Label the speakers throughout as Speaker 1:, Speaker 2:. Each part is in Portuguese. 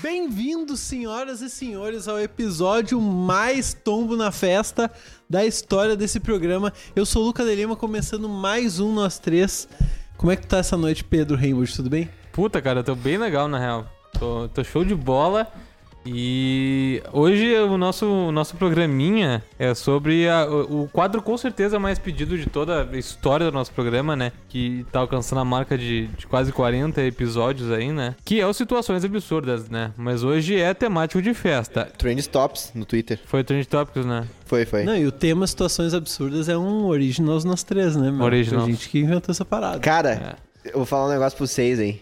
Speaker 1: Bem-vindos, senhoras e senhores, ao episódio mais tombo na festa da história desse programa. Eu sou o Luca de Lima, começando mais um Nós Três. Como é que tu tá essa noite, Pedro Reimwood? Tudo bem?
Speaker 2: Puta, cara, eu tô bem legal, na real. Tô, tô show de bola. E hoje o nosso, o nosso programinha é sobre a- o, o quadro com certeza mais pedido de toda a história do nosso programa, né? Que tá alcançando a marca de, de quase 40 episódios aí, né? Que é o Situações Absurdas, né? Mas hoje é temático de festa.
Speaker 3: Trend Stops no Twitter.
Speaker 2: Foi Trend Topics, né?
Speaker 3: Foi, foi.
Speaker 1: Não, e o tema Situações Absurdas é um original Nós Três, né, meu?
Speaker 2: Original.
Speaker 1: Foi a gente que inventou essa parada.
Speaker 3: Cara,
Speaker 1: é.
Speaker 3: eu vou falar um negócio pra vocês, hein.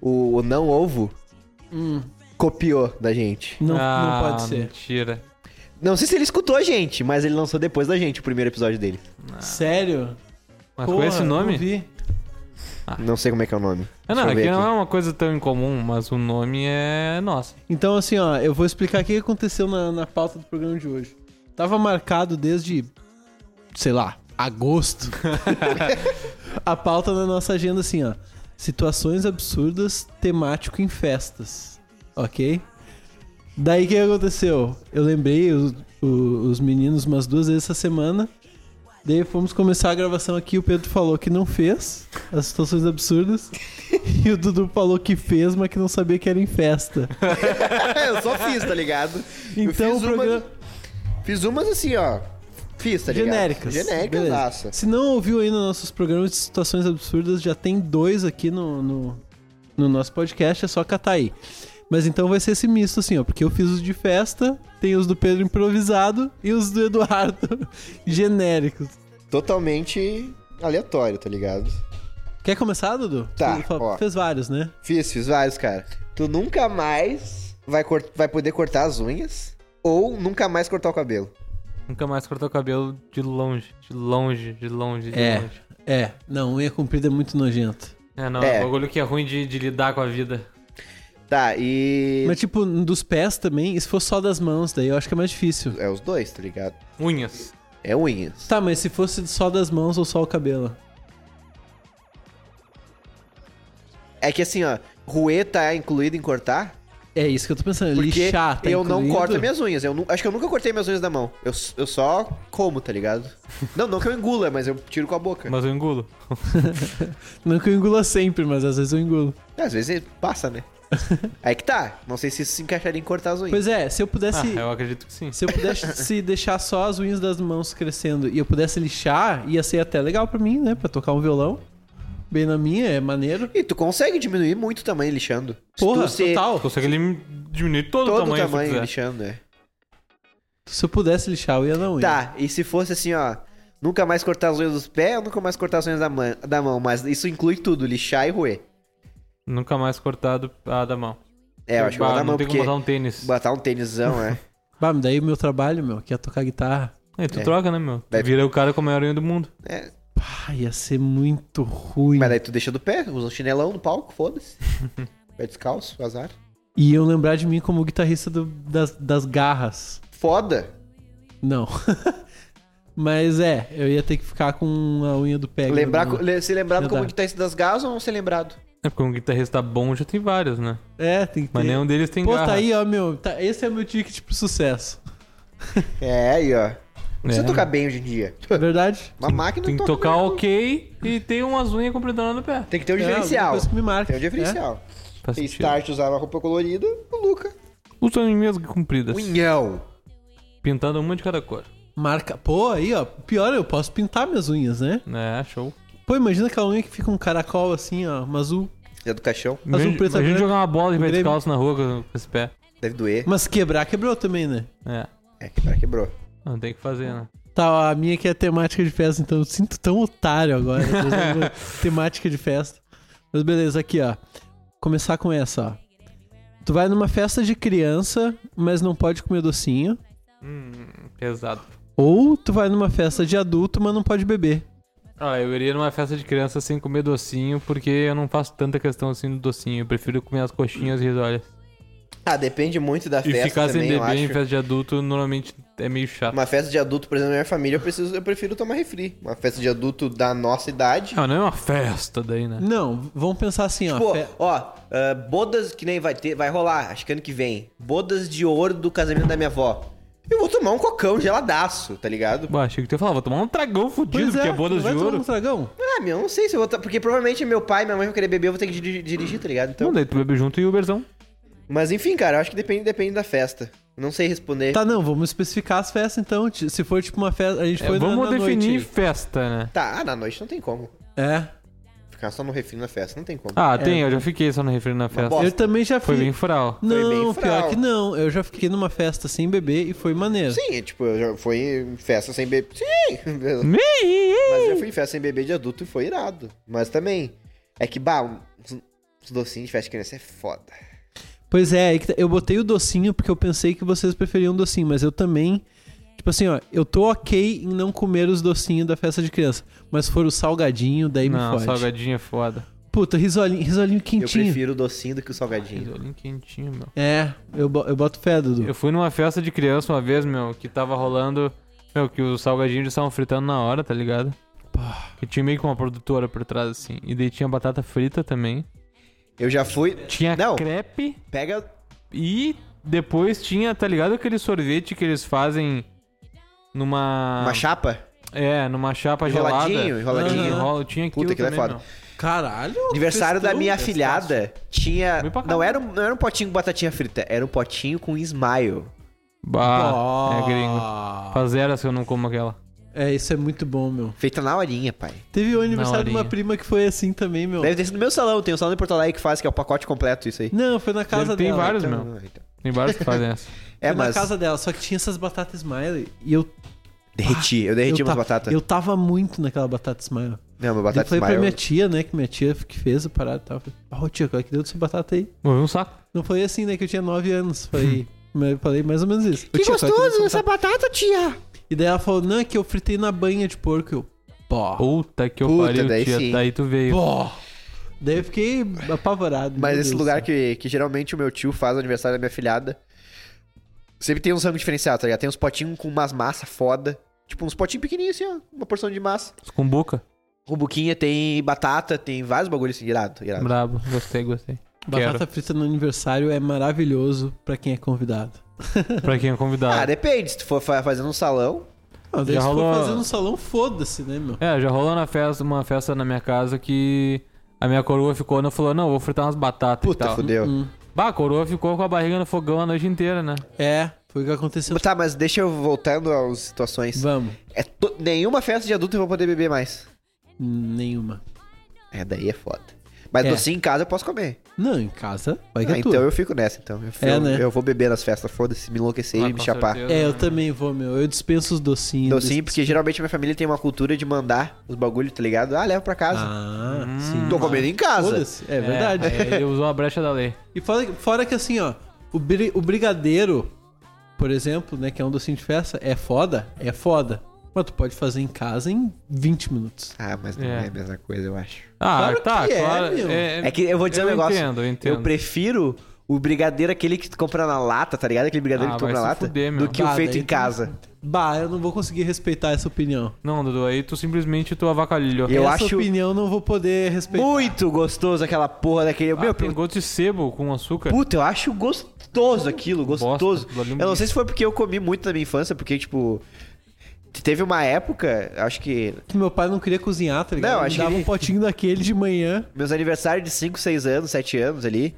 Speaker 3: O, o não ovo copiou da gente.
Speaker 1: Não,
Speaker 2: Ah,
Speaker 1: não pode ser.
Speaker 2: Mentira.
Speaker 3: Não sei se ele escutou a gente, mas ele lançou depois da gente o primeiro episódio dele.
Speaker 1: Sério?
Speaker 2: Mas
Speaker 1: Porra,
Speaker 2: com esse
Speaker 1: Não
Speaker 2: nome?
Speaker 1: vi.
Speaker 3: Não sei como é que é o nome.
Speaker 2: Ah, não,
Speaker 3: Deixa eu ver
Speaker 2: aqui
Speaker 3: aqui.
Speaker 2: não é uma coisa tão incomum, mas o nome é nosso.
Speaker 1: Então, assim, ó, eu vou explicar o que aconteceu na, na pauta do programa de hoje. Tava marcado desde, sei lá, agosto. a pauta na nossa agenda, assim, ó. Situações absurdas temático em festas. Ok? Daí o que aconteceu? Eu lembrei o- o- os meninos umas duas vezes essa semana. Daí fomos começar a gravação aqui. O Pedro falou que não fez as situações absurdas. e o Dudu falou que fez, mas que não sabia que era em festa.
Speaker 3: eu só fiz, tá ligado? Eu
Speaker 1: um- Então o
Speaker 3: fiz uma-
Speaker 1: programa.
Speaker 3: Fiz umas assim, ó. Fiz, tá ligado?
Speaker 1: Genéricas.
Speaker 3: Genéricas,
Speaker 1: Beleza.
Speaker 3: nossa.
Speaker 1: Se não ouviu ainda nossos programas de situações absurdas, já tem dois aqui no, no, no nosso podcast, é só catar aí. Mas então vai ser esse misto, assim, ó, porque eu fiz os de festa, tem os do Pedro improvisado e os do Eduardo genéricos.
Speaker 3: Totalmente aleatório, tá ligado?
Speaker 1: Quer começar, Dudu?
Speaker 3: Tá,
Speaker 1: Tu fa-
Speaker 3: ó.
Speaker 1: Fez vários, né?
Speaker 3: Fiz, fiz vários, cara. Tu nunca mais vai, cort- vai poder cortar as unhas ou nunca mais cortar o cabelo.
Speaker 2: Nunca mais cortou o cabelo de longe, de longe, de longe, de
Speaker 1: É.
Speaker 2: longe.
Speaker 1: É, não, unha comprida é muito nojento.
Speaker 2: É, não,
Speaker 3: É.
Speaker 2: é um bagulho que é ruim de, de lidar com a vida.
Speaker 3: Tá, e.
Speaker 1: Mas, tipo, dos pés também, e se for só das mãos, daí eu acho que é mais difícil.
Speaker 3: É os dois, tá ligado?
Speaker 2: Unhas.
Speaker 3: É unhas.
Speaker 1: Tá, mas se fosse só das mãos ou só o cabelo?
Speaker 3: É que assim, ó, ruê tá incluído em cortar?
Speaker 1: É isso que eu tô pensando,
Speaker 3: Porque
Speaker 1: lixar, tá
Speaker 3: eu não
Speaker 1: incluído?
Speaker 3: corto minhas unhas. Eu nu- acho que eu nunca cortei minhas unhas da mão. Eu, s- eu só como, tá ligado? não, não que eu engula, mas eu tiro com a boca.
Speaker 2: Mas eu engulo.
Speaker 1: Não que eu engula sempre, mas às vezes eu engulo.
Speaker 3: Às vezes passa, né? Aí que tá. Não sei se isso se encaixaria em cortar as unhas.
Speaker 1: Pois é, se eu
Speaker 2: Ah,
Speaker 1: pudesse.
Speaker 2: eu acredito que sim.
Speaker 1: Se eu pudesse se deixar só as unhas das mãos crescendo e eu pudesse lixar, ia ser até legal pra mim, né? Pra tocar um violão. Bem na minha, é maneiro.
Speaker 3: E tu consegue diminuir muito o tamanho lixando. Se
Speaker 1: Porra,
Speaker 3: tu ser
Speaker 1: total.
Speaker 2: Consegue ele diminuir todo,
Speaker 3: Todo
Speaker 2: o tamanho, se quiser.
Speaker 3: lixando, né?
Speaker 1: Se eu pudesse lixar, eu ia
Speaker 2: tipo
Speaker 1: na unha.
Speaker 3: Tá, e se fosse assim, ó. Nunca mais cortar as unhas dos pés ou nunca mais cortar as unhas da, man- da mão. Mas isso inclui tudo, lixar e roer.
Speaker 2: Nunca mais cortado a da mão.
Speaker 3: É, eu acho que eu vou
Speaker 2: Bah,
Speaker 3: dar a
Speaker 2: não
Speaker 3: mão,
Speaker 2: tem
Speaker 3: porque...
Speaker 2: como botar um tênis.
Speaker 3: Botar um tênisão, é.
Speaker 1: Bah, mas daí o meu trabalho, meu, que é tocar guitarra.
Speaker 2: É, tu
Speaker 3: É.
Speaker 2: troca, né, meu?
Speaker 3: Vai-
Speaker 2: Tu vira o cara com a maior unha do mundo.
Speaker 3: É,
Speaker 1: Pá, ia ser muito ruim.
Speaker 3: Mas daí tu deixa do pé, usa um chinelão no palco, foda-se. Pé descalço, azar.
Speaker 1: E iam lembrar de mim como guitarrista do- das, das garras.
Speaker 3: Foda.
Speaker 1: Não. mas é, eu ia ter que ficar com a unha do pé.
Speaker 3: Lembrar,
Speaker 1: grudando.
Speaker 3: co- le- ser lembrado
Speaker 1: Não
Speaker 3: como
Speaker 1: dá.
Speaker 3: guitarrista das garras ou não ser lembrado?
Speaker 2: É porque um guitarrista bom já tem vários, né?
Speaker 1: É, tem que ter.
Speaker 2: Mas nenhum deles tem
Speaker 1: Pô,
Speaker 2: garra.
Speaker 1: tá aí, ó, meu. tá- esse é o meu ticket pro sucesso.
Speaker 3: É, aí, ó. Não precisa
Speaker 2: É,
Speaker 3: tocar bem hoje em dia.
Speaker 1: Verdade?
Speaker 3: Uma máquina
Speaker 2: Tem que
Speaker 3: toca
Speaker 2: tocar
Speaker 3: bem.
Speaker 2: ok e tem umas unhas completando no pé.
Speaker 3: Tem que ter um
Speaker 1: É, alguma
Speaker 3: diferencial.
Speaker 1: coisa que me marque,
Speaker 3: Tem um diferencial.
Speaker 2: É, Faz
Speaker 3: Tem
Speaker 2: sentido.
Speaker 3: start, usar uma roupa colorida, o Luca.
Speaker 2: Usa unhas compridas.
Speaker 3: Unhão.
Speaker 2: Pintando uma de cada cor.
Speaker 1: É. Marca. Pô, aí, ó. Pior, eu posso pintar minhas unhas, né?
Speaker 2: É, show.
Speaker 1: Pô, imagina aquela unha que fica um caracol assim, ó, uma azul.
Speaker 3: É do caixão.
Speaker 1: Azul,
Speaker 2: Imagina,
Speaker 1: preto,
Speaker 2: imagina um
Speaker 1: branco.
Speaker 2: jogar uma bola de pé
Speaker 1: Grêmio.
Speaker 2: descalço na rua com com esse pé.
Speaker 3: Deve doer.
Speaker 1: Mas quebrar, quebrou também, né?
Speaker 2: É.
Speaker 3: É, quebrar, quebrou.
Speaker 2: Não tem o que fazer, né?
Speaker 1: Tá, ó, a minha que é temática de festa, então eu sinto tão otário agora. fazendo temática de festa. Mas beleza, aqui, ó. Começar com essa, ó. Tu vai numa festa de criança, mas não pode comer docinho.
Speaker 2: Hum, pesado.
Speaker 1: Ou tu vai numa festa de adulto, mas não pode beber.
Speaker 2: Ah, eu iria numa festa de criança sem comer assim, docinho, porque eu não faço tanta questão assim do docinho. Eu prefiro comer as coxinhas e as olhas.
Speaker 3: Ah, depende muito da
Speaker 2: E
Speaker 3: festa
Speaker 2: ficar sem
Speaker 3: também, eu
Speaker 2: beber
Speaker 3: acho.
Speaker 2: em festa de adulto normalmente é meio chato.
Speaker 3: Uma festa de adulto, por exemplo, na minha família, eu, preciso, eu prefiro tomar refri. Uma festa de adulto da nossa idade.
Speaker 2: Ah, não é uma festa daí, né?
Speaker 1: Não, vamos pensar assim, ó.
Speaker 3: Pô,
Speaker 1: fe-
Speaker 3: ó, ah, bodas que nem vai ter, vai rolar, acho que ano que vem. Bodas de ouro do casamento da minha avó. Eu vou tomar um cocão geladaço, tá ligado?
Speaker 2: Hum. Bah, achei que tu ia falar, vou tomar um dragão fudido,
Speaker 1: Pois
Speaker 2: porque é,
Speaker 1: não
Speaker 2: bodas de
Speaker 1: vai tomar
Speaker 2: ouro.
Speaker 1: um dragão?
Speaker 3: Ah, meu, eu não sei se eu vou. ta- Porque provavelmente meu pai e minha mãe vão querer beber, eu vou ter que diri- dirigir, tá ligado? Então.
Speaker 2: Não, daí tu bebe junto e Uberzão.
Speaker 3: Mas enfim, cara, eu acho que depende, depende da festa. Não sei responder.
Speaker 1: Tá, não, vamos especificar as festas então. Ti- Se for tipo uma festa. A gente
Speaker 2: É,
Speaker 1: foi na-
Speaker 2: vamos
Speaker 1: na noite
Speaker 2: definir
Speaker 1: aí.
Speaker 2: festa, né?
Speaker 3: Tá, ah, na noite não tem como.
Speaker 1: É.
Speaker 3: Ficar só no refri na festa, não tem como.
Speaker 2: Ah, tem, eu já fiquei só no refri na festa.
Speaker 3: bosta.
Speaker 1: Eu também já
Speaker 2: Foi
Speaker 1: fui.
Speaker 2: bem fural.
Speaker 1: Não, pior
Speaker 3: bem fral.
Speaker 1: que não. Eu já fiquei numa festa sem beber e foi maneiro.
Speaker 3: Sim, é, tipo, eu já fui em festa sem beber. Sim! Mas eu já fui em festa sem beber de adulto e foi irado. Mas também, é que, bah, os- os docinhos de festa de criança é foda.
Speaker 1: Pois é, aí que tá- eu botei o docinho porque eu pensei que vocês preferiam docinho, mas eu também. Tipo assim, ó, eu tô ok em não comer os docinhos da festa de criança. Mas for o salgadinho, daí me
Speaker 2: Não,
Speaker 1: fode.
Speaker 2: salgadinho é foda.
Speaker 1: Puta, risolinho, risolinho
Speaker 3: Eu
Speaker 1: quentinho.
Speaker 3: prefiro o docinho do que o salgadinho.
Speaker 2: Olhinho quentinho, meu.
Speaker 1: É, eu, bo- eu boto fé, Dudu.
Speaker 2: Eu fui numa festa de criança uma vez, meu, que tava rolando. Meu, que os salgadinhos estavam fritando na hora, tá ligado? Que tinha meio que uma produtora por trás, assim. E daí tinha batata frita também.
Speaker 3: Eu já fui.
Speaker 2: Tinha
Speaker 3: Não.
Speaker 2: crepe.
Speaker 3: Pega.
Speaker 2: E depois tinha, tá ligado aquele sorvete que eles fazem numa.
Speaker 1: Ah.
Speaker 3: Uma chapa?
Speaker 2: É, numa chapa
Speaker 3: Enroladinho,
Speaker 2: gelada.
Speaker 3: enroladinho.
Speaker 2: Tinha enrola- tinha aquilo
Speaker 3: Puta, aquilo é
Speaker 2: também,
Speaker 3: foda.
Speaker 2: meu.
Speaker 1: Caralho!
Speaker 3: Aniversário da minha afilhada tinha.
Speaker 2: Bem pra cá.
Speaker 3: Não era, um, não era um potinho com batatinha frita, era um potinho com smile.
Speaker 2: Bah, é gringo. Faz eras que eu não como aquela.
Speaker 1: É, isso é muito bom, meu.
Speaker 3: Feita na horinha, pai.
Speaker 1: Teve o aniversário de uma
Speaker 2: horinha.
Speaker 1: prima que foi assim também, meu.
Speaker 3: Deve ter sido no meu salão, tem um salão em Porto Alegre que faz, que é o pacote completo, isso aí.
Speaker 1: Não, foi na casa
Speaker 2: Tem
Speaker 1: dela.
Speaker 2: vários,
Speaker 3: Então,
Speaker 2: meu.
Speaker 3: então.
Speaker 2: Tem vários que fazem essa.
Speaker 3: É,
Speaker 1: foi
Speaker 3: mas.
Speaker 1: na casa dela, só que tinha essas batatas smiley e eu
Speaker 3: Derreti, eu derreti
Speaker 1: eu
Speaker 3: umas
Speaker 1: ta-
Speaker 3: batatas.
Speaker 1: Eu tava muito naquela batata smile.
Speaker 3: Não, uma
Speaker 1: Eu
Speaker 3: batata
Speaker 1: falei pra
Speaker 3: smile.
Speaker 1: minha tia, né, que minha tia que fez a parada e tal. Eu Falei, ó, tia, qual é que deu dessa batata aí?
Speaker 2: Morreu um saco.
Speaker 1: Não foi assim, né, que eu tinha 9 anos. Falei, mas eu falei mais ou menos isso.
Speaker 3: Que
Speaker 1: "Ô, tia, qual é deu
Speaker 3: gostoso
Speaker 1: dessa
Speaker 3: essa batata, tia!
Speaker 1: batata?" E daí ela falou, não, é que eu fritei na banha de porco. Eu, pó,
Speaker 2: Puta que eu
Speaker 3: Puta,
Speaker 2: pariu,
Speaker 3: daí
Speaker 2: tia.
Speaker 3: sim.
Speaker 2: Daí tu veio.
Speaker 1: pó. Daí eu fiquei apavorado.
Speaker 3: Mas
Speaker 1: meu
Speaker 3: esse
Speaker 1: Deus
Speaker 3: lugar
Speaker 1: do céu.
Speaker 3: que, que geralmente o meu tio faz o aniversário da minha filhada, sempre tem um rango diferenciado, tá ligado? Tem uns potinhos com umas massas foda. Tipo, uns potinhos pequenininhos assim, ó. Uma porção de massa.
Speaker 2: Cumbuca.
Speaker 3: Rubuquinha, tem batata, tem vários bagulhos assim, irado, irado.
Speaker 2: Brabo. Gostei, gostei.
Speaker 1: Batata frita no aniversário é maravilhoso pra quem é convidado.
Speaker 2: Pra quem é convidado.
Speaker 3: Ah, depende. Se tu for fa- fazendo um salão,
Speaker 1: Não, daí
Speaker 2: Já
Speaker 1: se for
Speaker 2: rolou-
Speaker 1: fazer no salão, foda-se, né, meu?
Speaker 2: É, já rolou na festa, uma festa na minha casa que a minha coroa ficou e falou, não, vou fritar umas batatas
Speaker 3: puta,
Speaker 2: e tal.
Speaker 3: fudeu.
Speaker 1: Hum.
Speaker 2: Bah, a coroa ficou com a barriga no fogão a noite inteira, né?
Speaker 1: É, foi o que aconteceu.
Speaker 3: Tá, mas deixa eu voltando às situações.
Speaker 1: Vamos.
Speaker 3: É to- Nenhuma festa de adulto eu vou poder beber mais.
Speaker 1: Nenhuma.
Speaker 3: É, daí é foda. Mas
Speaker 1: É.
Speaker 3: docinho em casa eu posso comer.
Speaker 1: Não, em casa, vai que
Speaker 3: Ah,
Speaker 1: é
Speaker 3: então
Speaker 1: tua.
Speaker 3: eu fico nessa, então. Eu,
Speaker 1: É,
Speaker 3: eu-
Speaker 1: né?
Speaker 3: eu vou beber nas festas, foda-se, me enlouquecer
Speaker 2: Ah,
Speaker 3: e me
Speaker 2: com
Speaker 3: chapar. Então,
Speaker 2: certeza,
Speaker 1: É, eu
Speaker 2: né?
Speaker 1: também vou, meu. Eu dispenso os docinhos.
Speaker 3: Docinho, porque geralmente minha família tem uma cultura de mandar os bagulho, tá ligado? Ah, leva pra casa.
Speaker 1: Ah,
Speaker 2: Hum.
Speaker 1: sim.
Speaker 3: Tô comendo em casa.
Speaker 1: Foda-se, É verdade.
Speaker 2: É, ele usou a brecha da lei.
Speaker 1: E fora, fora que assim, ó, o, bri- o brigadeiro, por exemplo, né, que é um docinho de festa, é foda? É foda. Mas tu pode fazer em casa em 20 minutos.
Speaker 3: Ah, mas não
Speaker 2: É.
Speaker 3: é. a mesma coisa, eu acho.
Speaker 2: Ah,
Speaker 1: Claro
Speaker 2: tá,
Speaker 1: que é,
Speaker 2: claro.
Speaker 1: meu.
Speaker 3: É que eu vou dizer um negócio.
Speaker 2: entendo, eu entendo.
Speaker 3: Eu prefiro o brigadeiro aquele que tu compra na lata, tá ligado? Aquele brigadeiro
Speaker 2: Ah,
Speaker 3: que tu compra
Speaker 2: vai
Speaker 3: na
Speaker 2: se
Speaker 3: lata.
Speaker 2: fuder, meu.
Speaker 3: do que
Speaker 1: Ah,
Speaker 3: o feito
Speaker 1: daí
Speaker 3: em
Speaker 1: tu-
Speaker 3: casa.
Speaker 1: Bah, eu não vou conseguir respeitar essa opinião.
Speaker 2: Não, Dudu, aí tu simplesmente tu avacalhou. Ah,
Speaker 3: Eu
Speaker 1: essa
Speaker 3: acho-
Speaker 1: opinião eu não vou poder respeitar.
Speaker 3: Muito gostoso aquela porra daquele.
Speaker 2: Ah,
Speaker 3: meu,
Speaker 2: tem gosto de sebo com açúcar.
Speaker 3: puta, eu acho gostoso aquilo, gostoso.
Speaker 2: aquilo ali é um
Speaker 3: eu não
Speaker 2: lixo.
Speaker 3: sei se foi porque eu comi muito na minha infância, porque, tipo. Teve uma época, acho que
Speaker 1: Que meu pai não queria cozinhar, tá ligado?
Speaker 3: Não,
Speaker 1: Ele
Speaker 3: acho que
Speaker 1: dava
Speaker 3: ele-
Speaker 1: um potinho daquele de manhã.
Speaker 3: meus aniversários de 5, 6 anos, 7 anos ali.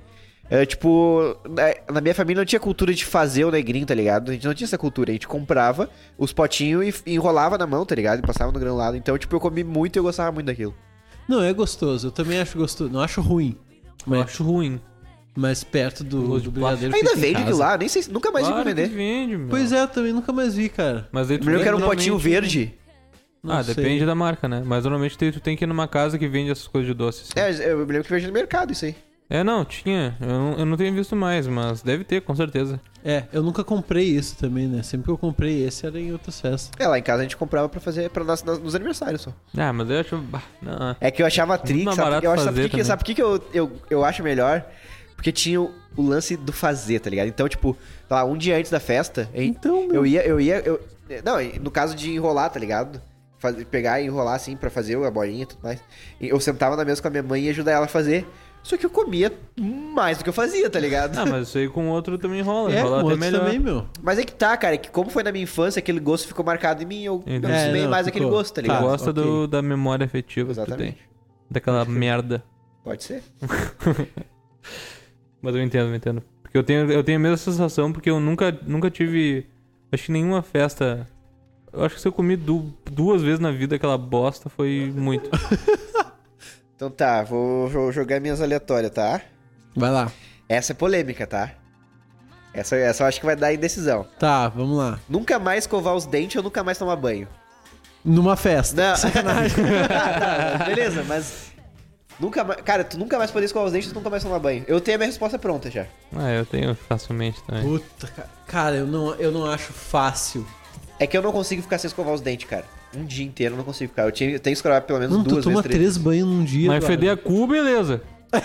Speaker 3: é, tipo, na- na minha família não tinha cultura de fazer o negrinho, tá ligado? A gente não tinha essa cultura. A gente comprava os potinhos e f- e enrolava na mão, tá ligado? E passava no granulado. Então, tipo, eu comi muito e eu gostava muito daquilo.
Speaker 1: Não, é gostoso. Eu também acho gostoso. Não acho ruim.
Speaker 2: Eu
Speaker 1: Mas,
Speaker 2: acho ruim.
Speaker 1: mas perto do,
Speaker 2: Gosto de
Speaker 1: do brigadeiro.
Speaker 3: Ainda
Speaker 1: feito em
Speaker 3: vende de
Speaker 1: casa.
Speaker 3: lá, nem sei, se- nunca mais vi
Speaker 2: Claro que
Speaker 3: vender.
Speaker 2: vende, meu.
Speaker 1: Pois é, eu também nunca mais vi, cara.
Speaker 2: Mas aí tu
Speaker 3: Primeiro que era um
Speaker 2: normalmente-
Speaker 3: potinho
Speaker 2: né?
Speaker 3: verde.
Speaker 1: Não
Speaker 2: Ah,
Speaker 1: sei.
Speaker 2: depende da marca, né? Mas normalmente tu, tu tem que ir numa casa que vende essas coisas de doce. assim.
Speaker 3: É, eu me lembro que vejo no mercado isso aí.
Speaker 2: É, não, tinha. Eu não, eu não tenho visto mais, mas deve ter, com certeza.
Speaker 1: É, eu nunca comprei isso também, né? Sempre que eu comprei esse era em outras festas.
Speaker 3: É, lá em casa a gente comprava pra fazer pra nós, nós- nos aniversários só.
Speaker 2: Ah, mas eu acho. bah, Não.
Speaker 3: É que eu achava
Speaker 2: mais
Speaker 3: triste, sabe?
Speaker 2: barato
Speaker 3: Eu acho, sabe
Speaker 2: fazer
Speaker 3: por que,
Speaker 2: também.
Speaker 3: sabe por que que eu, eu, eu acho melhor? Porque tinha o, o lance do fazer, tá ligado? Então, tipo, sei lá, um dia antes da festa, hein,
Speaker 1: Então, meu.
Speaker 3: eu ia, eu ia, eu... eh, Não, e no caso de enrolar, tá ligado? Fazer- pegar e enrolar, assim, pra fazer a bolinha e tudo mais. E eu sentava na mesa com a minha mãe e ia ajudar ela a fazer. Só que eu comia mais do que eu fazia, tá ligado?
Speaker 2: Ah, mas isso aí com outro também rola.
Speaker 1: É,
Speaker 2: rola
Speaker 1: com
Speaker 2: até
Speaker 1: outros
Speaker 2: melhor.
Speaker 1: também, meu.
Speaker 3: Mas é que tá, cara, é que como foi na minha infância, aquele gosto ficou marcado em mim, eu
Speaker 2: Entendi.
Speaker 3: não
Speaker 2: É,
Speaker 3: acostumei
Speaker 1: não,
Speaker 3: mais aquele
Speaker 1: ficou.
Speaker 3: gosto, tá
Speaker 2: Tu
Speaker 1: Tá.
Speaker 3: ligado?
Speaker 2: gosta
Speaker 1: ok.
Speaker 2: do- da memória afetiva que tu
Speaker 3: Exatamente.
Speaker 2: tem. Daquela merda.
Speaker 3: Pode ser.
Speaker 2: Mas eu entendo, eu entendo. Porque eu tenho, eu tenho a mesma sensação, porque eu nunca, nunca tive. Acho que nenhuma festa. Eu acho que se eu comi du- duas vezes na vida aquela bosta foi muito.
Speaker 3: Então tá, vou, vou jogar minhas aleatórias, tá?
Speaker 1: Vai lá.
Speaker 3: Essa é polêmica, tá? Essa, essa eu acho que vai dar indecisão.
Speaker 1: Tá, vamos lá.
Speaker 3: Nunca mais escovar os dentes ou nunca mais tomar banho.
Speaker 1: Numa festa.
Speaker 3: Não. Tá, tá, beleza, mas. Nunca mais. Cara, tu nunca mais poder escovar os dentes e tu nunca mais tomar banho. Eu tenho a minha resposta pronta já.
Speaker 2: ah, eu tenho facilmente também.
Speaker 1: Puta, ca- cara, eu não, eu não acho fácil.
Speaker 3: É que eu não consigo ficar sem escovar os dentes, cara. Um dia inteiro eu não consigo ficar. Eu, tinha, eu tenho que escovar pelo menos
Speaker 1: Não, tu
Speaker 3: duas
Speaker 1: toma
Speaker 3: vezes.
Speaker 1: três banhos num dia.
Speaker 2: Mas
Speaker 1: Eduardo.
Speaker 2: feder a cu, beleza.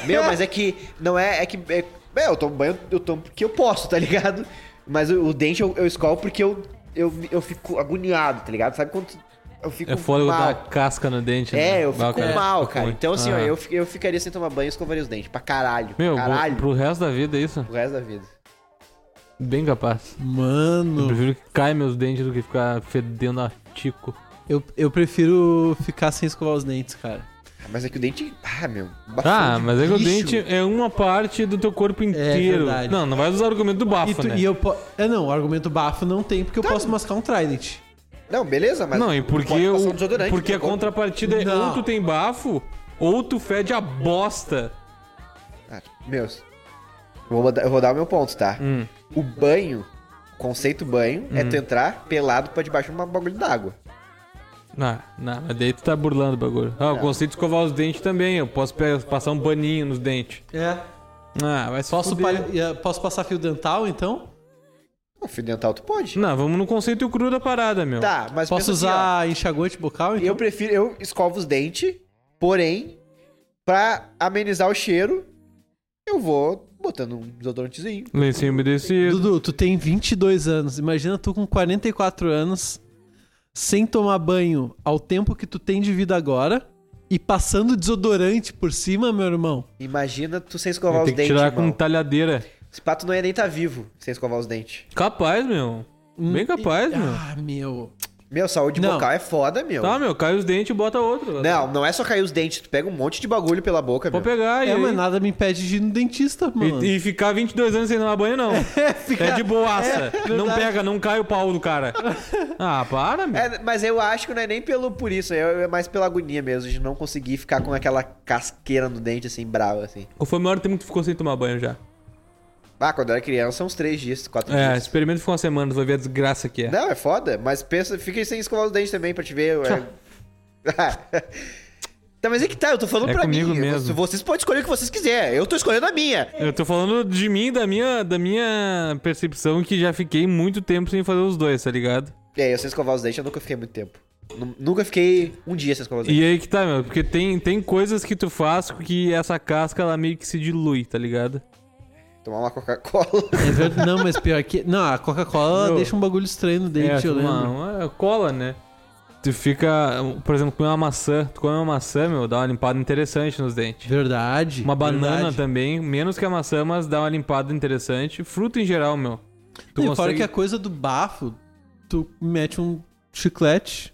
Speaker 3: Meu, mas é que. Não é. É que. É, é, eu tomo banho, eu tomo porque eu posso, tá ligado? Mas o, o dente eu, eu escovo porque eu, eu, eu fico agoniado, tá ligado? Sabe quando tu- eu fico.
Speaker 2: É foda eu
Speaker 3: mal.
Speaker 2: dar casca no dente. né?
Speaker 3: É, eu
Speaker 2: Vai,
Speaker 3: fico mal, cara.
Speaker 2: ruim.
Speaker 3: Então, assim, ó,
Speaker 2: Ah.
Speaker 3: eu, fi- eu ficaria sem tomar banho e escovaria os dentes. Pra caralho.
Speaker 2: Meu,
Speaker 3: pra
Speaker 2: pro-
Speaker 3: caralho.
Speaker 2: pro resto da vida é isso?
Speaker 3: O resto da vida.
Speaker 2: Bem capaz. Eu
Speaker 1: Mano,
Speaker 2: prefiro que caia meus dentes do que ficar fedendo a tico.
Speaker 1: eu, eu prefiro ficar sem escovar os dentes, cara.
Speaker 3: Ah, Mas é que o dente. Ah, meu.
Speaker 2: Ah,
Speaker 3: bafão de
Speaker 2: mas é que o
Speaker 3: lixo.
Speaker 2: dente é uma parte do teu corpo inteiro.
Speaker 1: É verdade.
Speaker 2: não, não vai usar o argumento do bafo,
Speaker 1: E, tu-
Speaker 2: né?
Speaker 1: e eu po... É, não, o argumento bafo não tem, porque eu posso mascar um Trident.
Speaker 3: Não, beleza, mas.
Speaker 2: Não, e
Speaker 3: pode
Speaker 2: porque,
Speaker 3: passar
Speaker 2: o-
Speaker 3: um desodorante
Speaker 2: porque a
Speaker 3: no teu corpo.
Speaker 2: contrapartida é
Speaker 1: Não.
Speaker 2: ou tu tem bafo, ou tu fede a bosta.
Speaker 3: Ah, meus. Eu vou, dar- eu vou dar o meu ponto, tá?
Speaker 2: Hum.
Speaker 3: O banho, o conceito banho, é tu entrar pelado pra debaixo de uma bagulho d'água.
Speaker 2: Não, não, mas daí tu tá burlando o bagulho. Ah, eu consigo escovar os dentes também, eu posso pe- passar um baninho nos dentes.
Speaker 1: É.
Speaker 2: Ah, vai se
Speaker 1: Posso,
Speaker 2: fuder.
Speaker 1: pa- e, eh, posso passar fio dental, então?
Speaker 3: O fio dental tu pode.
Speaker 2: Não, vamos no conceito cru da parada, meu.
Speaker 3: Tá, mas
Speaker 1: Posso
Speaker 3: pensa assim,
Speaker 1: usar enxaguante bucal,
Speaker 3: ó,
Speaker 1: então?
Speaker 3: eu prefiro, eu escovo os dentes, porém, pra amenizar o cheiro, eu vou botando um desodorantezinho.
Speaker 2: Lencinho umedecido.
Speaker 1: Dudu, tu tem 22 anos. Imagina tu com 44 anos, sem tomar banho ao tempo que tu tem de vida agora e passando desodorante por cima, meu irmão.
Speaker 3: Imagina tu
Speaker 2: Vai
Speaker 3: sem escovar
Speaker 2: ter
Speaker 3: os
Speaker 2: que
Speaker 3: dentes,
Speaker 2: tirar com
Speaker 3: irmão.
Speaker 2: talhadeira.
Speaker 3: Esse pato não ia nem estar vivo sem escovar os dentes.
Speaker 2: Capaz, meu. Bem capaz, meu.
Speaker 1: Ah, meu.
Speaker 3: Meu, saúde
Speaker 1: Não.
Speaker 3: bucal é foda, meu.
Speaker 2: Tá, meu, cai os dentes e bota outro.
Speaker 3: Não, não é só cair os dentes, tu pega um monte de bagulho pela boca,
Speaker 2: Pode
Speaker 3: meu.
Speaker 2: pegar e,
Speaker 1: é, mas nada me impede de ir no dentista, mano.
Speaker 2: e, e ficar 22 anos sem tomar banho, não.
Speaker 1: É, fica-
Speaker 2: É de boaça. não
Speaker 1: verdade.
Speaker 2: pega, não cai o pau do cara. Ah, para, meu.
Speaker 3: É, mas eu acho que não é nem pelo por isso, é é mais pela agonia mesmo, de não conseguir ficar com aquela casqueira no dente, assim, brava, assim.
Speaker 2: Qual foi o maior tempo que tu ficou sem tomar banho já?
Speaker 3: Ah, quando eu era criança, uns três dias, quatro
Speaker 2: É,
Speaker 3: dias.
Speaker 2: experimenta ficar uma semana, tu vai ver a desgraça que é.
Speaker 3: Não, é foda, mas pensa, fica sem escovar os dentes também pra te ver. é- tá, mas é que tá, eu tô falando
Speaker 2: É
Speaker 3: pra mim.
Speaker 2: comigo mesmo.
Speaker 3: Vocês podem escolher o que vocês quiserem, eu tô escolhendo a minha.
Speaker 2: Eu tô falando de mim, da minha, da minha percepção que já fiquei muito tempo sem fazer os dois, tá ligado?
Speaker 3: E aí, eu sem escovar os dentes, eu nunca fiquei muito tempo. Nu- Nunca fiquei um dia sem escovar os dentes.
Speaker 2: E aí que tá, meu, porque tem, tem coisas que tu faz que essa casca ela meio que se dilui, tá ligado?
Speaker 3: Tomar uma Coca-Cola.
Speaker 1: É verdade. Não, mas pior que. Não, a Coca-Cola ela
Speaker 2: Meu.
Speaker 1: deixa um bagulho estranho no dente,
Speaker 2: é,
Speaker 1: eu lembro.
Speaker 2: uma, uma cola, né? Tu fica, por exemplo, comer uma maçã. Tu come uma maçã, meu, dá uma limpada interessante nos dentes.
Speaker 1: Verdade.
Speaker 2: Uma banana
Speaker 1: verdade.
Speaker 2: também, menos que a maçã, mas dá uma limpada interessante. Fruta em geral, meu. Tu
Speaker 1: e fora
Speaker 2: consegue...
Speaker 1: que a coisa do bafo, tu mete um chiclete.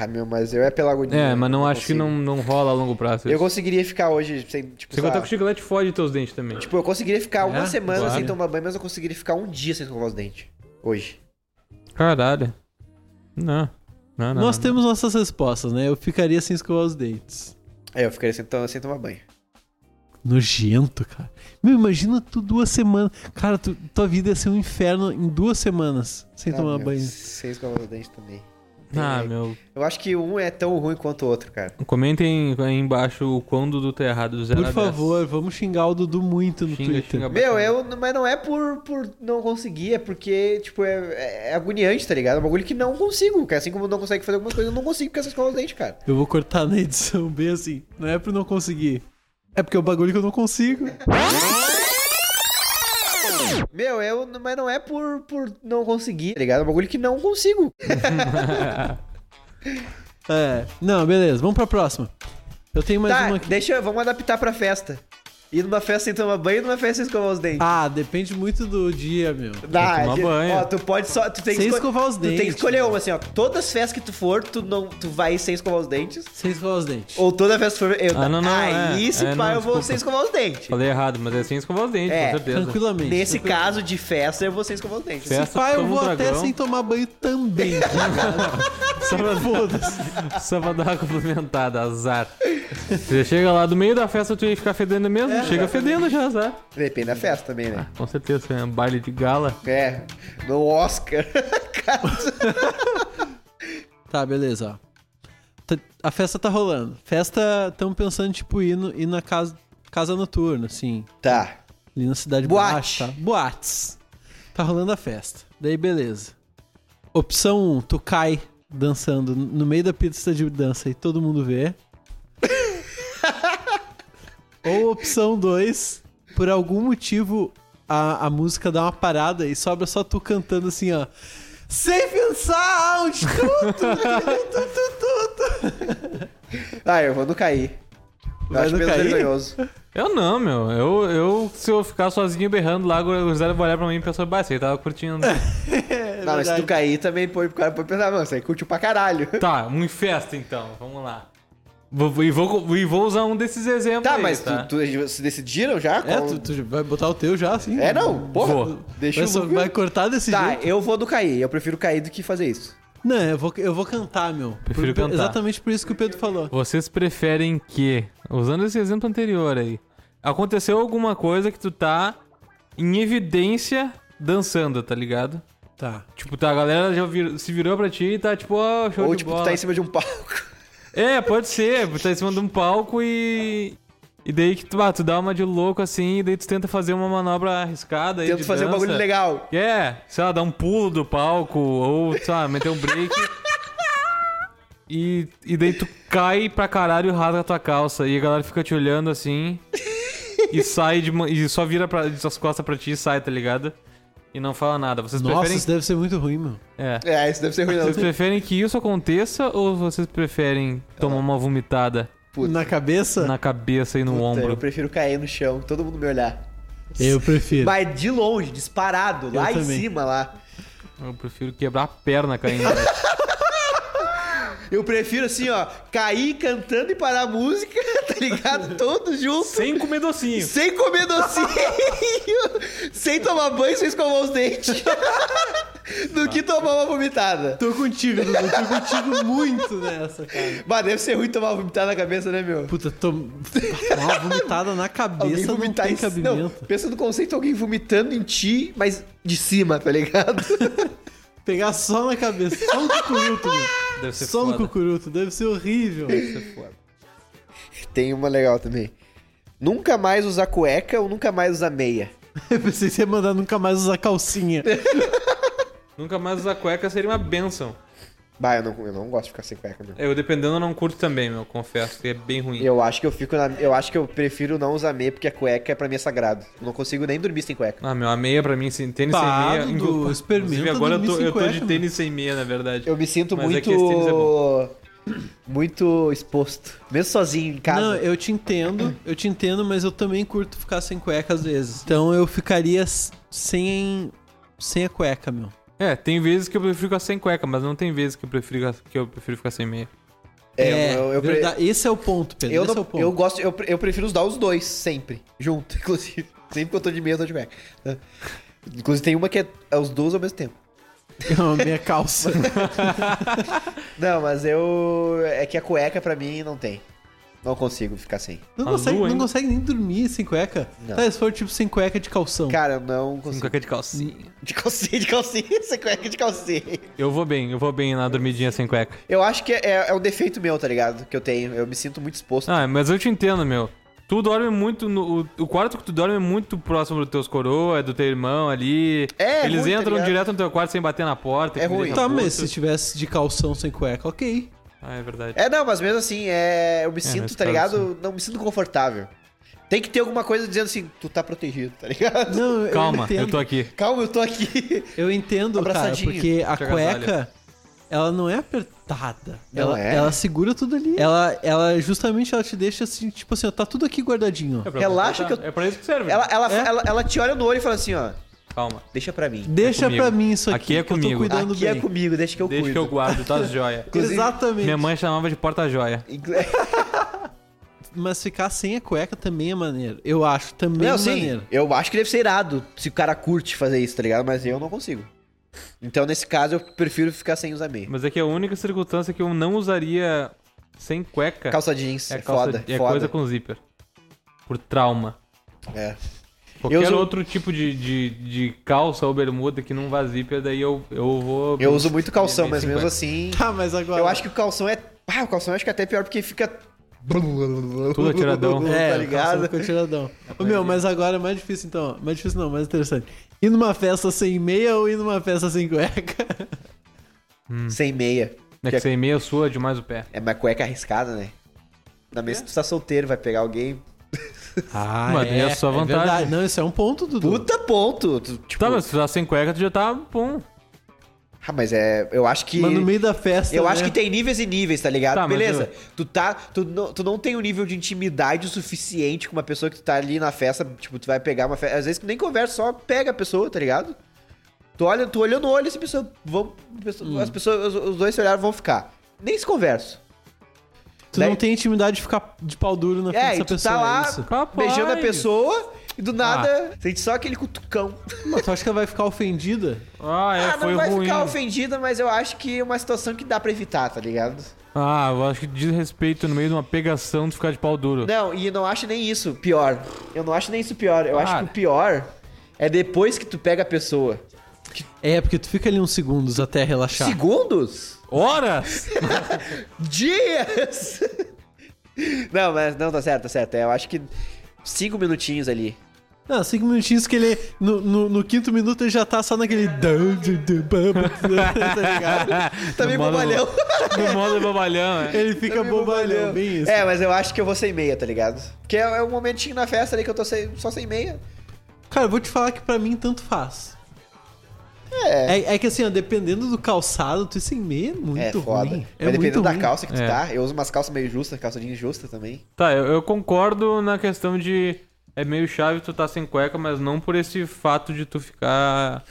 Speaker 3: Ah, meu, mas eu é pela agonia.
Speaker 2: É, mas não acho que
Speaker 3: consigo.
Speaker 2: não, não rola a longo prazo.
Speaker 3: Eu
Speaker 2: isso.
Speaker 3: conseguiria ficar hoje sem.
Speaker 2: Você
Speaker 3: Tipo, sei lá,
Speaker 2: contar com É? o chiclete fode teus dentes também.
Speaker 3: tipo, eu conseguiria ficar uma semana
Speaker 1: claro.
Speaker 3: sem tomar banho, mas eu conseguiria ficar um dia sem escovar os dentes. Hoje.
Speaker 2: Caralho. Não. Não, não.
Speaker 1: Nós
Speaker 2: não.
Speaker 1: temos nossas respostas, né? Eu ficaria sem escovar os dentes.
Speaker 3: É, eu ficaria sem, to- sem tomar banho.
Speaker 1: Nojento, cara. Meu, imagina tu duas semanas. Cara, tu- tua vida ia ser um inferno em duas semanas sem
Speaker 3: Ah,
Speaker 1: tomar
Speaker 3: meu,
Speaker 1: banho.
Speaker 3: Sem escovar os dentes também.
Speaker 2: Ah,
Speaker 3: É.
Speaker 2: meu.
Speaker 3: Eu acho que um é tão ruim quanto o outro, cara.
Speaker 2: Comentem aí embaixo o quão Dudu tá errado. Do zero
Speaker 1: Por
Speaker 2: a dez.
Speaker 1: favor, vamos xingar o Dudu muito no
Speaker 2: Xinga,
Speaker 1: Twitter.
Speaker 2: xinga bastante.
Speaker 3: Meu, eu, mas não é por, por não conseguir, é porque, tipo, é, é agoniante, tá ligado? É um bagulho que não consigo, cara. Assim como não consegue fazer algumas coisas, eu não consigo ficar sem escovar os dentes, cara.
Speaker 1: Eu vou cortar na um edição bem assim. Não é por não conseguir. É porque é o bagulho que eu não consigo.
Speaker 3: Meu, eu, mas não é por, por não conseguir, tá ligado? É um bagulho que não consigo.
Speaker 1: É. Não, beleza. Vamos pra próxima. Eu tenho mais
Speaker 3: tá,
Speaker 1: uma aqui.
Speaker 3: deixa eu, vamos adaptar pra festa. Ir numa festa sem tomar banho e numa festa sem escovar os dentes.
Speaker 1: Ah, depende muito do dia, meu.
Speaker 3: Dá,
Speaker 2: tomar
Speaker 3: de-
Speaker 2: banho.
Speaker 3: Ó, tu pode só. Tu tem que
Speaker 1: Sem
Speaker 3: esco-
Speaker 1: escovar os
Speaker 3: tu
Speaker 1: dentes,
Speaker 3: tem que escolher
Speaker 1: né?
Speaker 3: uma, assim, ó. Todas as festas que tu for, tu, não, tu vai sem escovar os dentes.
Speaker 1: Sem escovar os dentes.
Speaker 3: Ou toda festa que for. Eu,
Speaker 2: Ah, não, não,
Speaker 3: aí
Speaker 2: é.
Speaker 3: se
Speaker 2: É,
Speaker 3: pá,
Speaker 2: não,
Speaker 3: eu vou
Speaker 2: desculpa.
Speaker 3: sem escovar os dentes.
Speaker 2: Falei errado, mas é assim escovar os dentes,
Speaker 3: É,
Speaker 2: com certeza.
Speaker 1: Tranquilamente.
Speaker 3: Nesse caso de festa, eu vou sem escovar os dentes. assim.
Speaker 2: Certo.
Speaker 1: Se pá, eu
Speaker 2: Toma um
Speaker 1: vou até
Speaker 2: dragão.
Speaker 1: sem tomar banho também.
Speaker 2: Só pra, só pra dar uma complementada, azar. Você chega lá do meio da festa, tu ia ficar fedendo mesmo?
Speaker 3: É.
Speaker 2: chega fedendo já, azar.
Speaker 3: Depende da festa também, né?
Speaker 2: Com certeza, é um baile de gala.
Speaker 3: É, no Oscar.
Speaker 1: Tá, beleza, ó. Tá- A festa tá rolando. Festa, estamos pensando, tipo, ir, no- ir na casa, casa noturna, assim.
Speaker 3: tá.
Speaker 1: Ali na cidade
Speaker 3: Boate.
Speaker 1: baixa. Boates. Tá rolando a festa. Daí, beleza. Opção 1, um, tu cai dançando no meio da pista de dança e todo mundo vê. Ou opção 2, por algum motivo a, a música dá uma parada e sobra só tu cantando assim, ó. Sem pensar! um tu, tu, tu, tu, tu, tu.
Speaker 3: Ah, eu vou no cair. Eu
Speaker 1: Vai
Speaker 3: acho
Speaker 1: no
Speaker 3: menos
Speaker 1: cair?
Speaker 3: vergonhoso.
Speaker 2: Eu não, meu. Eu, eu se eu ficar sozinho berrando lá, o Zé vai olhar pra mim e pensar, bah, você tava curtindo.
Speaker 1: É
Speaker 3: não, mas se
Speaker 1: verdade.
Speaker 3: tu cair também, pô, o cara pode pensar, mano, isso aí curtiu pra caralho.
Speaker 2: tá, um em festa então, vamos lá. Vou- vou- E vou, e vou usar um desses exemplos
Speaker 3: Tá,
Speaker 2: aí,
Speaker 3: mas
Speaker 2: tá?
Speaker 3: Tu, tu- se decidiram já?
Speaker 1: É,
Speaker 3: Qual-
Speaker 1: tu, tu vai botar o teu já, assim?
Speaker 3: É, não, porra.
Speaker 2: Vou.
Speaker 3: Deixa
Speaker 1: vai, só-
Speaker 3: eu...
Speaker 1: vai cortar desse
Speaker 3: Tá,
Speaker 1: jeito?
Speaker 3: eu vou do cair. Eu prefiro cair do que fazer isso.
Speaker 1: Não, eu vou, eu vou cantar, meu.
Speaker 2: Prefiro
Speaker 1: Por-
Speaker 2: cantar.
Speaker 1: Exatamente por isso que o Pedro falou.
Speaker 2: Vocês preferem que, usando esse exemplo anterior aí, aconteceu alguma coisa que tu tá em evidência dançando, tá ligado?
Speaker 1: Tá.
Speaker 2: Tipo, tá, a galera já vir- se virou pra ti e tá tipo, ó, show
Speaker 3: Ou,
Speaker 2: de
Speaker 3: tipo,
Speaker 2: bola.
Speaker 3: tu tá em cima de um palco.
Speaker 2: É, pode ser, tu tá em cima de um palco e. E daí que tu, ah, tu dá uma de louco assim, e daí tu tenta fazer uma manobra arriscada aí.
Speaker 3: Tento
Speaker 2: de
Speaker 3: fazer um
Speaker 2: dança.
Speaker 3: bagulho legal.
Speaker 2: É, sei lá, dar um pulo do palco ou, sei lá, meter um break. e, e daí tu cai pra caralho e rasga a tua calça. E a galera fica te olhando assim. e sai de. ma- E só vira pra, de suas costas pra ti e sai, tá ligado? E não fala nada. Vocês
Speaker 1: Nossa,
Speaker 2: preferem.
Speaker 1: isso deve ser muito ruim, meu.
Speaker 2: É.
Speaker 3: É, isso deve ser ruim, não.
Speaker 2: Vocês preferem que isso aconteça ou vocês preferem tomar uma vomitada
Speaker 3: Puta.
Speaker 1: Na cabeça?
Speaker 2: na cabeça e no
Speaker 3: Puta,
Speaker 2: ombro?
Speaker 3: Então, Eu prefiro cair no chão, todo mundo me olhar.
Speaker 1: Eu prefiro.
Speaker 3: Mas de longe, disparado, lá em
Speaker 1: também.
Speaker 3: cima, lá.
Speaker 2: Eu prefiro quebrar a perna caindo.
Speaker 3: Eu prefiro, assim, ó, cair cantando e parar a música, tá ligado? Todos juntos.
Speaker 2: Sem comer docinho.
Speaker 3: Sem comer docinho, sem tomar banho, sem escovar os dentes, do que tomar uma vomitada.
Speaker 1: Tô contigo, Dudu. Tô contigo muito nessa, cara.
Speaker 3: Mas deve ser ruim tomar uma vomitada na cabeça, né, meu?
Speaker 1: Puta, tô... Uma vomitada na cabeça não tem
Speaker 3: em- Não,
Speaker 1: cabimento.
Speaker 3: pensa no conceito de alguém vomitando em ti, mas de cima, tá ligado?
Speaker 1: Pegar só na cabeça. Só um cucuruto, meu.
Speaker 2: Deve ser
Speaker 1: só um
Speaker 2: foda.
Speaker 1: cucuruto. Deve ser horrível.
Speaker 3: Tem uma legal também. Nunca mais usar cueca ou nunca mais usar meia.
Speaker 1: Eu pensei que você ia mandar nunca mais usar calcinha.
Speaker 3: É
Speaker 2: Nunca mais usar cueca seria uma benção.
Speaker 3: Bah, eu não, eu não gosto de ficar sem cueca, meu.
Speaker 2: É, Eu, dependendo, eu não curto também, meu. Confesso que é bem ruim.
Speaker 3: Eu acho que eu fico na- Eu acho que eu prefiro não usar meia, porque a cueca pra mim é sagrado. Eu não consigo nem dormir sem cueca.
Speaker 2: Ah, meu, a meia pra mim, sem tênis
Speaker 1: Pá,
Speaker 2: sem meia.
Speaker 1: Dudu,
Speaker 2: inclu-
Speaker 1: experimenta
Speaker 2: Inclusive, agora eu
Speaker 1: dormir
Speaker 2: tô,
Speaker 1: sem
Speaker 2: eu tô
Speaker 1: cueca,
Speaker 2: de
Speaker 1: mano.
Speaker 2: tênis sem meia, na verdade.
Speaker 3: Eu me sinto
Speaker 2: Mas é
Speaker 3: muito.
Speaker 2: que esse tênis é
Speaker 3: muito exposto. Mesmo sozinho em casa.
Speaker 1: Não, eu te entendo, eu te entendo, mas eu também curto ficar sem cueca às vezes. Então eu ficaria s- sem sem a cueca, meu.
Speaker 2: É, tem vezes que eu prefiro ficar sem cueca, mas não tem vezes que eu prefiro, que eu prefiro ficar sem meia.
Speaker 3: É, eu- eu- eu pre-
Speaker 1: verdade. Esse é o ponto, Pedro.
Speaker 3: Eu,
Speaker 1: esse
Speaker 3: não-
Speaker 1: é o ponto.
Speaker 3: eu gosto, eu, pre- eu prefiro usar os dois, sempre. Junto, inclusive. Sempre que eu tô de meia, eu tô de meia. Inclusive tem uma que é, é os dois ao mesmo tempo.
Speaker 1: Não, a minha calça.
Speaker 3: Não, mas eu. É que a cueca pra mim não tem. Não consigo ficar sem.
Speaker 1: Não
Speaker 2: Azul
Speaker 1: consegue, não
Speaker 2: ainda.
Speaker 1: consegue nem dormir sem cueca.
Speaker 3: Não.
Speaker 1: Tá, se for tipo sem cueca de calção.
Speaker 3: Cara, eu não
Speaker 2: Sem
Speaker 3: consigo.
Speaker 2: cueca de calcinha.
Speaker 3: De calcinha, de calcinha, sem cueca de calcinha.
Speaker 2: Eu vou bem, eu vou bem na dormidinha sem cueca.
Speaker 3: Eu acho que é, é um defeito meu, tá ligado? Que eu tenho. Eu me sinto muito exposto.
Speaker 2: Ah, mas eu te entendo, meu. Tu dorme muito no. O, o quarto que tu dorme é muito próximo dos teus coroa, é do teu irmão ali.
Speaker 3: É,
Speaker 2: Eles
Speaker 3: ruim, tá
Speaker 2: entram
Speaker 3: ligado?
Speaker 2: direto no teu quarto sem bater na porta. que
Speaker 3: É ruim.
Speaker 2: deixa
Speaker 1: tá,
Speaker 2: puto.
Speaker 1: mas se tivesse de calção sem cueca, ok.
Speaker 2: Ah, é verdade.
Speaker 3: É, não, mas mesmo assim, é, eu me sinto,
Speaker 2: nesse
Speaker 3: tá
Speaker 2: caso,
Speaker 3: ligado? Não me sinto confortável. Tem que ter alguma coisa dizendo assim, tu tá protegido, tá ligado?
Speaker 1: Não,
Speaker 2: Calma,
Speaker 1: eu
Speaker 2: eu,
Speaker 1: entendo.
Speaker 2: tô aqui.
Speaker 3: Calma, eu tô aqui.
Speaker 1: Eu entendo, cara,
Speaker 3: Abraçadinho.
Speaker 1: porque a
Speaker 2: Te
Speaker 1: cueca, ela não é apertada.
Speaker 3: Não
Speaker 1: ela,
Speaker 3: é?
Speaker 1: ela segura tudo ali. Ela, ela justamente ela te deixa assim, tipo assim, ó, tá tudo aqui guardadinho. ó.
Speaker 2: pra
Speaker 3: Relaxa
Speaker 2: completar.
Speaker 3: que eu-
Speaker 2: É pra isso que serve.
Speaker 3: Ela, ela,
Speaker 1: É?
Speaker 3: ela, ela te olha no olho e fala assim, ó,
Speaker 2: Calma.
Speaker 3: deixa pra mim.
Speaker 1: Deixa
Speaker 2: É comigo.
Speaker 1: pra mim isso aqui,
Speaker 2: Aqui é
Speaker 1: que eu tô
Speaker 2: comigo.
Speaker 1: cuidando
Speaker 3: aqui
Speaker 1: bem.
Speaker 3: é comigo, deixa que eu
Speaker 2: Deixa
Speaker 3: cuido.
Speaker 2: que eu guardo, tá as joias.
Speaker 3: Inclusive,
Speaker 1: Exatamente.
Speaker 2: Minha mãe chamava de porta-joia.
Speaker 3: Inclu-
Speaker 1: Mas ficar sem a cueca também é maneiro. Eu acho também
Speaker 3: Não,
Speaker 1: é
Speaker 3: sim,
Speaker 1: maneiro.
Speaker 3: eu acho que deve ser irado se o cara curte fazer isso, tá ligado? Mas eu não consigo. Então, nesse caso, eu prefiro ficar sem usar meia.
Speaker 2: Mas é que a única circunstância que eu não usaria sem cueca
Speaker 3: Calça jeans,
Speaker 2: é,
Speaker 3: é,
Speaker 2: calça-
Speaker 3: foda,
Speaker 2: é
Speaker 3: foda.
Speaker 2: coisa com zíper. Por trauma.
Speaker 3: É.
Speaker 2: Qualquer
Speaker 3: uso-
Speaker 2: outro tipo de, de, de calça ou bermuda que não vá zíper, daí eu, eu vou.
Speaker 3: Eu uso muito calção,
Speaker 2: Bem,
Speaker 3: mas
Speaker 2: bem
Speaker 3: mesmo
Speaker 2: 50.
Speaker 3: assim...
Speaker 1: Tá, mas agora.
Speaker 3: Eu acho que o calção é... Ah, o calção eu acho que é até pior porque fica...
Speaker 2: Tudo
Speaker 1: É,
Speaker 2: atiradão.
Speaker 3: tá
Speaker 1: o calção
Speaker 3: ligado?
Speaker 1: ficou tiradão. Ô, meu, mas agora é mais difícil então. ó. Mais difícil não, mais interessante. Ir numa festa sem meia ou ir numa festa sem cueca?
Speaker 3: Sem meia.
Speaker 2: É que sem meia sua demais o pé.
Speaker 3: É uma cueca arriscada, né? Na mesma
Speaker 2: É.
Speaker 3: que tu tá solteiro, vai pegar alguém.
Speaker 1: Ah,
Speaker 2: Mas é a sua vantagem.
Speaker 1: verdade. Não, isso é um ponto, Dudu.
Speaker 3: Puta ponto! Tu, tipo...
Speaker 2: Tá, mas se tu tá sem cueca, tu já tá bom.
Speaker 3: Ah, mas é... Eu acho que...
Speaker 1: Mas no meio da festa.
Speaker 3: Eu
Speaker 1: né?
Speaker 3: acho que tem níveis e níveis, tá ligado?
Speaker 2: Tá, mas
Speaker 3: Beleza. Tu tá. Tu não, tu não tem um nível de intimidade o suficiente com uma pessoa que tu tá ali na festa. Tipo, tu vai pegar uma festa. Às vezes tu nem conversa, só pega a pessoa, tá ligado? Tu olha, tu olhou no olho essa pessoa. Vão, pessoa-
Speaker 2: Hum.
Speaker 3: As pessoas, os, os dois se olharam vão ficar. Nem se conversa.
Speaker 1: Tu
Speaker 3: Daí-
Speaker 1: não tem intimidade de ficar de pau duro na frente
Speaker 3: É,
Speaker 1: dessa
Speaker 3: e tu
Speaker 1: pessoa.
Speaker 3: tá lá
Speaker 1: é isso.
Speaker 2: Capaz.
Speaker 3: beijando a pessoa e do nada
Speaker 2: Ah.
Speaker 3: sente só aquele cutucão.
Speaker 1: Mas tu acha que ela vai ficar ofendida?
Speaker 2: Ah, é,
Speaker 3: ah,
Speaker 2: foi
Speaker 3: não vai
Speaker 2: ruim.
Speaker 3: ficar ofendida, mas eu acho que é uma situação que dá pra evitar, tá ligado?
Speaker 2: Ah, eu acho que desrespeito no meio de uma pegação de ficar de pau duro.
Speaker 3: Não, e não acho nem isso pior. Eu não acho nem isso pior. Eu acho
Speaker 2: Cara.
Speaker 3: que o pior é depois que tu pega a pessoa.
Speaker 1: É, porque tu fica ali uns segundos até relaxar.
Speaker 3: Segundos?
Speaker 2: Horas!
Speaker 3: Dias! não, mas não, tá certo, tá certo. Eu acho que cinco minutinhos ali.
Speaker 1: Não, cinco minutinhos que ele. No, no- no quinto minuto ele já tá só naquele. tá ligado?
Speaker 3: Tá meio
Speaker 2: No modo-
Speaker 3: bobalhão.
Speaker 2: No modo bobalhão, é.
Speaker 1: Ele fica
Speaker 3: Tá meio
Speaker 1: bobalhão, bem isso.
Speaker 3: É, mas eu acho que eu vou sem meia, tá ligado? Porque é, é um momentinho na festa ali que eu tô sem- só sem meia.
Speaker 1: Cara, eu vou te falar que pra mim tanto faz.
Speaker 3: É.
Speaker 1: É, é que assim, ó, dependendo do calçado, tu ir sem meia é muito
Speaker 3: é foda.
Speaker 1: ruim. É
Speaker 3: Mas dependendo
Speaker 1: muito
Speaker 3: da
Speaker 1: ruim.
Speaker 3: calça que tu
Speaker 2: É.
Speaker 3: tá, eu uso umas calças meio justas, calça jeans justa também.
Speaker 2: Tá, eu, eu concordo na questão de. É meio chave tu tá sem cueca, mas não por esse fato de tu ficar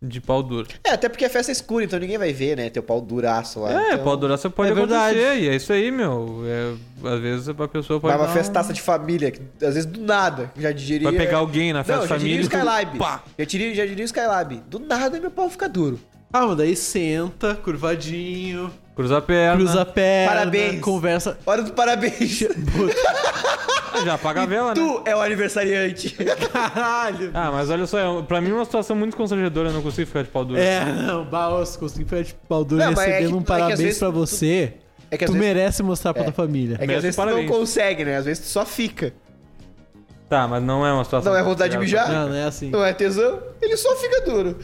Speaker 2: de pau duro.
Speaker 3: É, até porque a festa é escura, então ninguém vai ver, né? Teu pau duraço lá.
Speaker 2: É,
Speaker 3: então...
Speaker 2: pau duraço pode
Speaker 1: É verdade.
Speaker 2: acontecer, e é isso aí, meu. É, às vezes a pessoa pode.
Speaker 3: Vai uma
Speaker 2: dar um-
Speaker 3: festaça de família, que às vezes do nada, que já digeria.
Speaker 2: Vai pegar alguém na festa
Speaker 3: Não,
Speaker 2: de
Speaker 3: já diria
Speaker 2: família.
Speaker 3: o
Speaker 2: e tu-
Speaker 3: Skylab.
Speaker 2: Pá!
Speaker 3: Já diria, já diria o Skylab. Do nada meu pau fica duro.
Speaker 1: Ah, mas daí senta, curvadinho,
Speaker 2: Cruza a perna.
Speaker 1: cruza a perna,
Speaker 3: Parabéns.
Speaker 1: conversa.
Speaker 3: Hora do parabéns.
Speaker 2: Ah, Já apaga a vela, né?
Speaker 3: tu é o aniversariante.
Speaker 1: Caralho!
Speaker 2: Ah, mas olha só, é- pra mim é uma situação muito constrangedora, eu não consigo ficar de pau duro.
Speaker 1: É, não, Baos, consegui ficar de pau duro
Speaker 3: Não, mas é
Speaker 1: recebendo
Speaker 3: que-
Speaker 1: um
Speaker 3: é que às
Speaker 1: parabéns
Speaker 3: vezes
Speaker 1: pra
Speaker 3: tu-
Speaker 1: você.
Speaker 3: é que às
Speaker 1: tu
Speaker 3: vezes-
Speaker 1: merece mostrar pra tua família.
Speaker 3: É que
Speaker 2: Merece
Speaker 3: às vezes
Speaker 2: parabéns.
Speaker 3: tu não consegue, né? Às vezes tu só fica.
Speaker 2: Tá, mas não é uma situação.
Speaker 3: Não é vontade de
Speaker 2: constrangedora.
Speaker 3: mijar?
Speaker 1: Não, não é assim.
Speaker 3: Não é tesão? Ele só fica duro.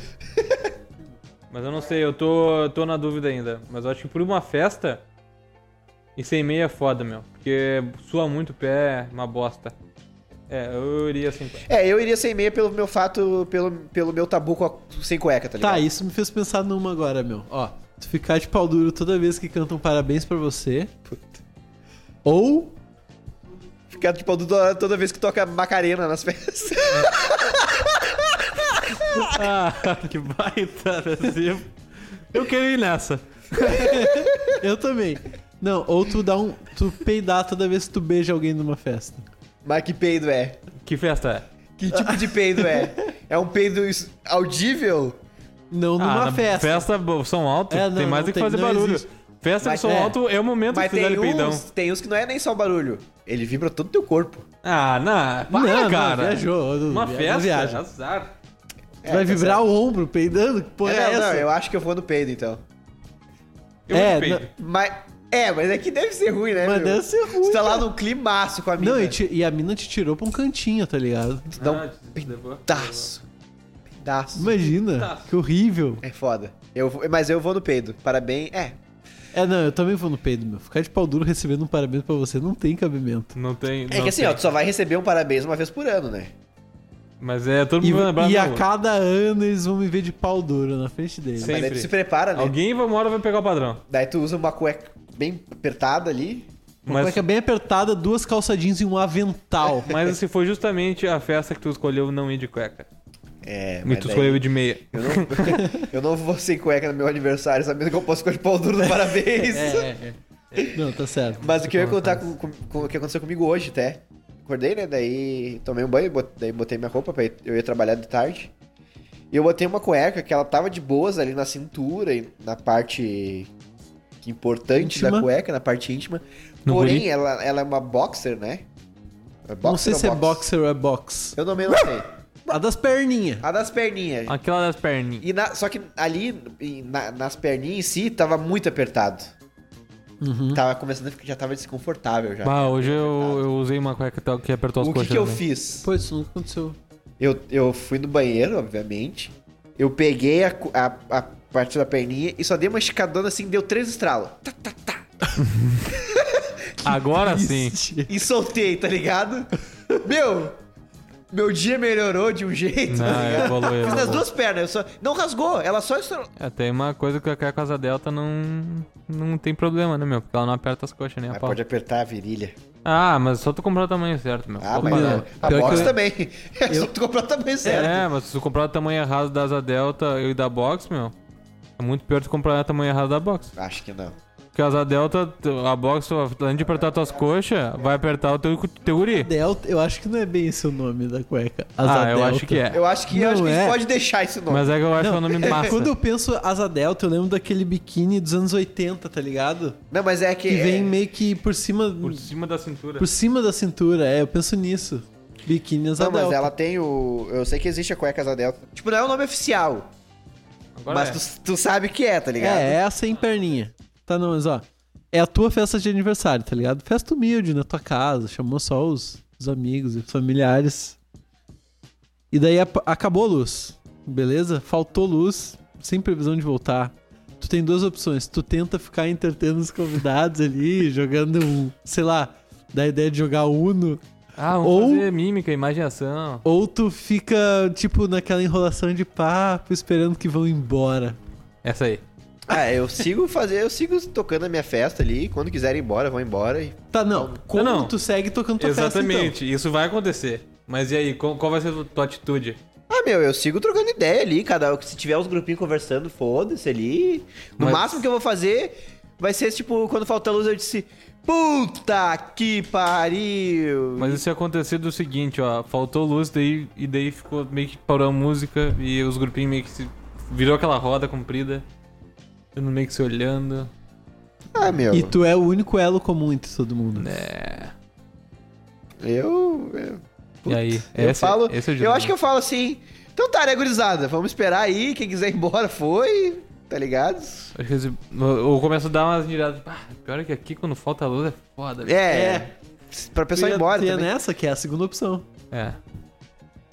Speaker 2: Mas eu não sei, eu tô, eu tô na dúvida ainda. Mas eu acho que por uma festa. E sem meia é foda, meu. Porque sua muito o pé, é uma bosta. É, eu iria sem pé.
Speaker 3: É, eu iria sem meia pelo meu fato, pelo, pelo meu tabu com a- sem cueca, tá ligado?
Speaker 1: Tá, isso me fez pensar numa agora, meu. Ó, tu ficar de pau duro toda vez que cantam parabéns pra você. Ou.
Speaker 3: Ficar de pau duro toda- toda vez que toca Macarena nas festas.
Speaker 2: Ah, que baita adesivo. assim. Eu queria ir nessa.
Speaker 1: Eu também. Não, ou tu dá um. Tu peidar toda vez que tu beija alguém numa festa.
Speaker 3: Mas que peido é?
Speaker 2: Que festa é?
Speaker 3: Que tipo de peido é? É um peido is- audível?
Speaker 1: Não numa
Speaker 2: Ah, na
Speaker 1: festa.
Speaker 2: Festa, bo- som alto,
Speaker 1: É, não,
Speaker 2: tem
Speaker 1: não
Speaker 2: mais do que
Speaker 1: tem-
Speaker 2: fazer
Speaker 1: não
Speaker 2: barulho.
Speaker 1: existe.
Speaker 2: Festa de
Speaker 3: Mas-
Speaker 2: som
Speaker 1: é.
Speaker 2: alto é o momento
Speaker 3: Mas
Speaker 2: que tu dá
Speaker 3: tem
Speaker 2: de peidão.
Speaker 3: uns, tem uns que não é nem só o barulho. Ele vibra todo o teu corpo.
Speaker 2: Ah, não.
Speaker 1: Não,
Speaker 2: Para,
Speaker 1: não, é
Speaker 2: cara.
Speaker 1: viajou. não,
Speaker 2: Uma
Speaker 1: não
Speaker 2: festa, É,
Speaker 1: viaja.
Speaker 2: azar.
Speaker 1: Tu vai
Speaker 3: tá
Speaker 1: vibrar o ombro peidando? Que porra é,
Speaker 3: É, não,
Speaker 1: essa?
Speaker 3: não, eu acho que eu vou no peido, então.
Speaker 2: Eu
Speaker 1: É,
Speaker 2: me peido.
Speaker 1: não-
Speaker 3: Mas, é, mas é que deve ser ruim, né,
Speaker 1: Mas
Speaker 3: meu?
Speaker 1: deve ser ruim,
Speaker 3: Você tá lá
Speaker 1: cara.
Speaker 3: num climaço com a mina.
Speaker 1: Não, e, tipo, ti- e a mina te tirou pra um cantinho, tá ligado?
Speaker 3: Tu dá um
Speaker 2: Ah, te- levou.
Speaker 3: pedaço. Pedaço.
Speaker 2: Tá.
Speaker 1: Imagina, que horrível.
Speaker 3: É foda. Eu, vou- mas eu vou no peido. Parabéns. É.
Speaker 1: É, não, eu também vou no peido, meu. Ficar de pau duro recebendo um parabéns pra você não tem cabimento.
Speaker 2: Não tem.
Speaker 3: É
Speaker 2: não
Speaker 3: que assim,
Speaker 2: tem.
Speaker 3: ó, tu só vai receber um parabéns uma vez por ano, né?
Speaker 2: Mas é, todo
Speaker 1: E,
Speaker 2: mundo vai lembrar.
Speaker 1: e
Speaker 2: não,
Speaker 1: a cada ano eles vão me ver de pau duro na frente deles.
Speaker 2: Sim.
Speaker 3: Mas daí
Speaker 2: Sempre.
Speaker 3: tu se prepara, né?
Speaker 2: Alguém vai uma hora vai pegar o padrão.
Speaker 3: Daí tu usa uma cueca bem apertada ali.
Speaker 1: Uma
Speaker 2: Mas-
Speaker 1: cueca bem apertada, duas calçadinhas e um avental.
Speaker 2: Mas se foi justamente a festa que tu escolheu não ir de cueca.
Speaker 3: É,
Speaker 2: e
Speaker 3: mas
Speaker 2: tu
Speaker 3: daí-
Speaker 2: escolheu ir de meia.
Speaker 3: Eu não, eu não vou sem cueca no meu aniversário, sabendo que eu posso ficar de pau duro no parabéns.
Speaker 1: É, é, é. Não, tá certo.
Speaker 3: Mas o que eu ia contar com, com- com o que aconteceu comigo hoje até. Acordei, né? Daí tomei um banho, bot- daí botei minha roupa, pra ir- eu ia trabalhar de tarde. E eu botei uma cueca que ela tava de boas ali na cintura e na parte que importante da
Speaker 1: Íntima.
Speaker 3: cueca, na parte íntima.
Speaker 2: No
Speaker 3: Porém,
Speaker 2: guri.
Speaker 3: ela, ela é uma boxer, né? É
Speaker 1: não
Speaker 3: boxer
Speaker 1: sei
Speaker 3: ou
Speaker 1: se é
Speaker 3: box?
Speaker 1: boxer ou é box.
Speaker 3: Eu também não sei.
Speaker 1: A das perninhas.
Speaker 3: A das perninhas.
Speaker 2: Aquela das perninhas.
Speaker 3: E na- só que ali, e na- nas perninhas em si, tava muito apertado.
Speaker 1: Uhum.
Speaker 3: Tava começando a ficar, já tava desconfortável já.
Speaker 2: Bah, hoje eu, eu usei uma cueca tal que apertou as
Speaker 3: É, o que,
Speaker 2: coxas.
Speaker 3: que eu
Speaker 2: né?
Speaker 3: fiz?
Speaker 1: Pô, isso nunca aconteceu.
Speaker 3: Eu, eu fui no banheiro, obviamente. Eu peguei a, cu- a- a parte da perninha e só dei uma esticadona assim, deu três estralos. Tá, tá, tá.
Speaker 2: Agora sim.
Speaker 1: Ixi.
Speaker 3: E soltei, tá ligado? Meu! Meu dia melhorou de um jeito,
Speaker 2: Não, é,
Speaker 3: tá ligado?
Speaker 2: evoluiu,
Speaker 3: Fiz nas
Speaker 2: evoluiu.
Speaker 3: duas pernas, eu só. Não rasgou, ela só estourou.
Speaker 2: É, tem uma coisa que a cueca asa delta não, não tem problema, né, meu? Porque ela não aperta as coxas nem a
Speaker 3: Mas
Speaker 2: pau.
Speaker 3: pode apertar a virilha.
Speaker 2: Ah, mas só tu comprar o tamanho certo, meu.
Speaker 3: Ah,
Speaker 2: Opa,
Speaker 3: mas
Speaker 1: não.
Speaker 2: né?
Speaker 3: a- a,
Speaker 1: Pior que
Speaker 3: box
Speaker 1: eu-
Speaker 3: também. É só tu comprar também certo.
Speaker 2: É, mas se tu comprar o tamanho errado da asa delta e da box, meu, é muito pior tu comprar o tamanho errado da box.
Speaker 3: Acho que não.
Speaker 2: Porque a asa delta, tu- a box, tu- além de apertar tuas coxas, vai apertar o teu, teu guri.
Speaker 1: Delta, eu acho que não é bem esse o nome da cueca. Asa
Speaker 2: Ah, eu
Speaker 1: delta.
Speaker 2: acho que é.
Speaker 3: Eu acho que, eu
Speaker 1: Não
Speaker 3: acho que a
Speaker 1: é.
Speaker 3: gente pode deixar isso nome.
Speaker 2: Mas é que eu acho que é um nome
Speaker 1: é que
Speaker 2: massa.
Speaker 1: Quando eu penso asa delta, eu lembro daquele biquíni dos anos 80, tá ligado?
Speaker 3: Não, mas é que.
Speaker 1: Que vem
Speaker 3: é...
Speaker 1: meio que por cima,
Speaker 2: Por
Speaker 1: por...
Speaker 2: cima da cintura.
Speaker 1: cima da cintura. É, eu penso nisso. Biquíni asa
Speaker 3: Não, mas
Speaker 1: delta.
Speaker 3: ela tem o. Eu sei que existe a cueca asa delta. Tipo, não é o nome oficial.
Speaker 2: Agora é.
Speaker 3: mas tu, tu sabe que é, tá ligado?
Speaker 1: É, essa sem perninha. Tá, não, mas ó. É a tua festa de aniversário, tá ligado? Festa humilde na tua casa, chamou só os, os amigos e familiares. E daí ap- acabou a luz, beleza? Faltou luz, sem previsão de voltar. Tu tem duas opções. Tu tenta ficar entretendo os convidados ali, jogando um, sei lá, da ideia de jogar Uno.
Speaker 2: Ah, vamos
Speaker 1: Ou-
Speaker 2: fazer mímica, imaginação.
Speaker 1: Ou tu fica, tipo, naquela enrolação de papo, esperando que vão embora.
Speaker 2: Essa aí.
Speaker 3: Ah, eu sigo fazer, eu sigo tocando a minha festa ali. Quando quiserem ir embora, vão embora. E...
Speaker 1: Tá, não. Como
Speaker 2: não.
Speaker 1: tu segue tocando tua festa, então?
Speaker 2: Exatamente, isso vai acontecer. Mas e aí, qual, qual vai ser a tua atitude?
Speaker 3: Ah, meu, eu sigo trocando ideia ali, cada um, se tiver uns grupinhos conversando, foda-se ali. No
Speaker 2: Mas-
Speaker 3: máximo que eu vou fazer vai ser tipo, quando falta luz, eu disse: Puta que pariu!
Speaker 2: Mas isso ia acontecer do seguinte, ó, faltou luz daí, e daí ficou meio que parou a música e os grupinhos meio que se. virou aquela roda comprida. Todo mundo meio que se olhando.
Speaker 3: Ah, meu.
Speaker 1: E tu é o único elo comum entre todo mundo.
Speaker 3: Eu. eu...
Speaker 2: E aí?
Speaker 3: eu falo.
Speaker 2: esse é o
Speaker 3: eu
Speaker 2: dilema.
Speaker 3: acho que eu falo assim. Então tá, né, gurizada? Vamos esperar aí. Quem quiser ir embora foi. Tá ligado?
Speaker 2: Acho que esse- eu começo a dar umas giradas. Ah, pior é que aqui quando falta luz é foda.
Speaker 3: É.
Speaker 2: velho."
Speaker 1: É.
Speaker 3: Pra
Speaker 1: Tu
Speaker 3: pessoa ir
Speaker 1: ia-
Speaker 3: embora
Speaker 1: tu ia
Speaker 3: também.
Speaker 1: nessa, que é a segunda opção.
Speaker 2: É.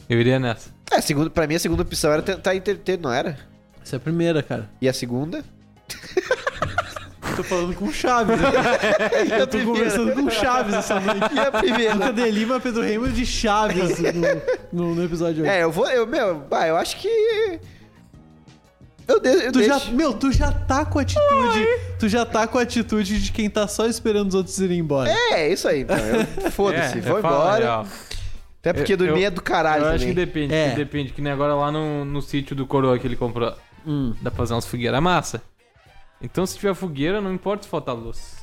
Speaker 2: Eu iria nessa.
Speaker 3: É, segundo, pra mim a segunda opção era tentar entreter, não era?
Speaker 1: Essa é a primeira, cara.
Speaker 3: E a segunda?
Speaker 1: Tô falando com o Chaves. Né?
Speaker 3: É, Eu
Speaker 1: Eu tô conversando com o Chaves essa noite.
Speaker 3: E a
Speaker 1: Luca
Speaker 3: primeira?
Speaker 1: de Lima, Pedro Reimo de Chaves no, no- no episódio hoje.
Speaker 3: é, eu vou. Eu, meu, bah, eu acho que. Eu, de, eu
Speaker 1: Tu
Speaker 3: deixo.
Speaker 1: já, meu, tu já tá com a atitude. Tu já tá com a atitude de quem tá só esperando os outros irem embora.
Speaker 3: É, isso aí. então, eu- Foda-se,
Speaker 2: É,
Speaker 3: vou
Speaker 2: eu falo,
Speaker 3: embora.
Speaker 2: ó.
Speaker 3: Até porque
Speaker 2: Eu-
Speaker 3: dormir
Speaker 2: eu-
Speaker 3: é do caralho
Speaker 2: Eu acho
Speaker 3: também.
Speaker 2: que depende,
Speaker 1: É.
Speaker 2: que depende. Que nem agora lá no, no sítio do coroa que ele comprou.
Speaker 1: Hum.
Speaker 2: Dá pra fazer umas fogueiras massa. Então se tiver fogueira, não importa se faltar luz.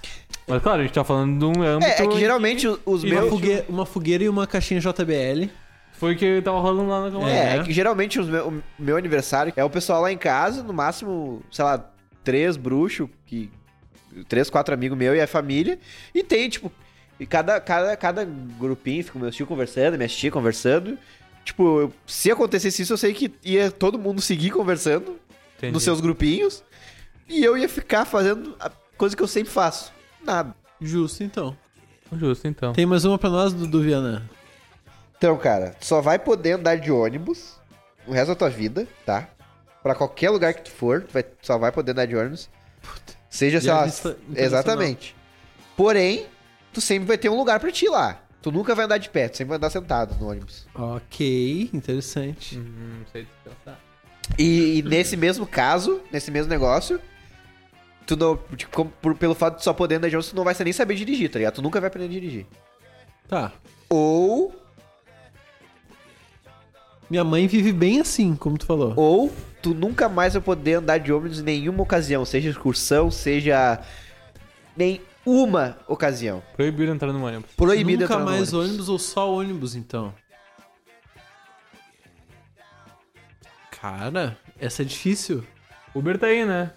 Speaker 2: Mas claro, a gente tá falando de um âmbito...
Speaker 3: É, é que
Speaker 2: em
Speaker 3: geralmente os- os
Speaker 2: e
Speaker 1: Uma,
Speaker 2: eu-
Speaker 3: meus.
Speaker 1: fogue- uma fogueira e uma caixinha JBL.
Speaker 2: Foi o que tava rolando lá na né?
Speaker 3: É,
Speaker 2: galera.
Speaker 3: é que geralmente os meu- o meu aniversário é o pessoal lá em casa, no máximo, sei lá, três bruxos, que. Três, quatro amigos meu e a família. E tem, tipo, e cada, cada, cada grupinho fica meus tio conversando, minhas tia conversando. Tipo, eu- se acontecesse isso, eu sei que ia todo mundo seguir conversando
Speaker 2: Entendi.
Speaker 3: nos seus grupinhos. E eu ia ficar fazendo a coisa que eu sempre faço. Nada.
Speaker 1: Justo, então.
Speaker 2: Justo, então.
Speaker 1: Tem mais uma pra nós, Dudu Viana.
Speaker 3: Então, cara, tu só vai poder andar de ônibus o resto da tua vida, tá? Pra qualquer lugar que tu for, tu vai- só vai poder andar de ônibus. Seja, sei
Speaker 1: E a
Speaker 3: lá.
Speaker 1: lista internacional.
Speaker 3: Exatamente. Porém, tu sempre vai ter um lugar pra ti lá. Tu nunca vai andar de pé, tu sempre vai andar sentado no ônibus.
Speaker 1: Ok, interessante.
Speaker 2: Hum, não sei descansar.
Speaker 3: E, e nesse mesmo caso, nesse mesmo negócio, tu não. tipo, como- por- pelo fato de só poder andar de ônibus, tu não vai nem saber dirigir, tá ligado? Tu nunca vai aprender a dirigir.
Speaker 1: Tá.
Speaker 3: Ou.
Speaker 1: Minha mãe vive bem assim, como tu falou.
Speaker 3: Ou tu nunca mais vai poder andar de ônibus em nenhuma ocasião, seja excursão, seja. nenhuma ocasião.
Speaker 2: Proibido entrar no ônibus.
Speaker 3: Proibido
Speaker 1: Nunca
Speaker 3: entrar no
Speaker 1: mais ônibus ou só ônibus, então? Cara, essa é difícil.
Speaker 2: Uber tá aí, né?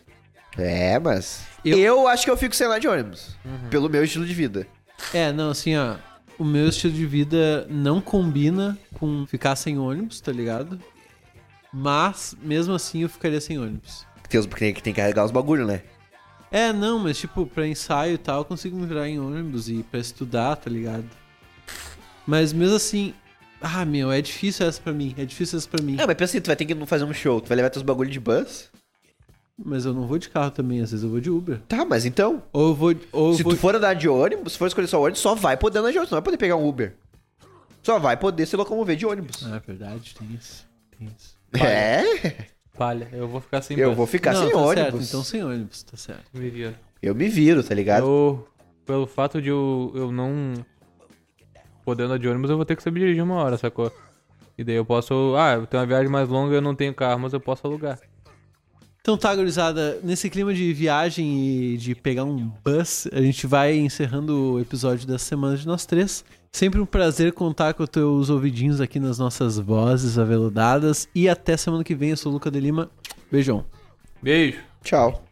Speaker 3: É, mas.
Speaker 1: Eu-
Speaker 3: Eu... Uhum. acho que eu fico sem andar de ônibus. Pelo meu estilo de vida.
Speaker 1: É, não, assim, ó. O meu estilo de vida não combina com ficar sem ônibus, tá ligado? Mas, mesmo assim, eu ficaria sem ônibus.
Speaker 3: Tem os- que tem, que tem que carregar os bagulho, né?
Speaker 1: É, não, mas tipo, pra ensaio e tal, eu consigo me virar em ônibus e pra estudar, tá ligado? Mas mesmo assim, ah, meu, é difícil essa pra mim, é difícil essa pra mim.
Speaker 3: Não, mas pensa assim, tu vai ter que fazer um show, tu vai levar teus bagulho de bus?
Speaker 1: Mas eu não vou de carro também, às vezes eu vou de Uber.
Speaker 3: Tá, mas então.
Speaker 1: Ou eu vou, ou eu
Speaker 3: se
Speaker 1: vou...
Speaker 3: tu for andar de ônibus, se for escolher só ônibus, só vai poder andar de ônibus, não vai poder pegar um Uber. Só vai poder se locomover de ônibus.
Speaker 1: Ah, é verdade, tem isso, tem isso.
Speaker 3: É?
Speaker 2: Palha, eu vou ficar sem
Speaker 3: Eu
Speaker 2: bus.
Speaker 3: vou ficar
Speaker 1: não,
Speaker 3: sem
Speaker 1: tá
Speaker 3: ônibus.
Speaker 1: certo, então sem ônibus, tá certo.
Speaker 2: Me vira.
Speaker 3: Eu me viro, tá ligado?
Speaker 2: Eu, pelo fato de eu, eu não poder andar de ônibus, eu vou ter que saber dirigir uma hora, sacou? E daí eu posso. Ah, eu tenho uma viagem mais longa, eu não tenho carro, mas eu posso alugar.
Speaker 1: Então tá, gurizada, nesse clima de viagem e de pegar um bus, a gente vai encerrando o episódio dessa semana de nós três. Sempre um prazer contar com os teus ouvidinhos aqui nas nossas vozes aveludadas. E até semana que vem, eu sou o Luca de Lima. Beijão.
Speaker 2: Beijo!
Speaker 3: Tchau.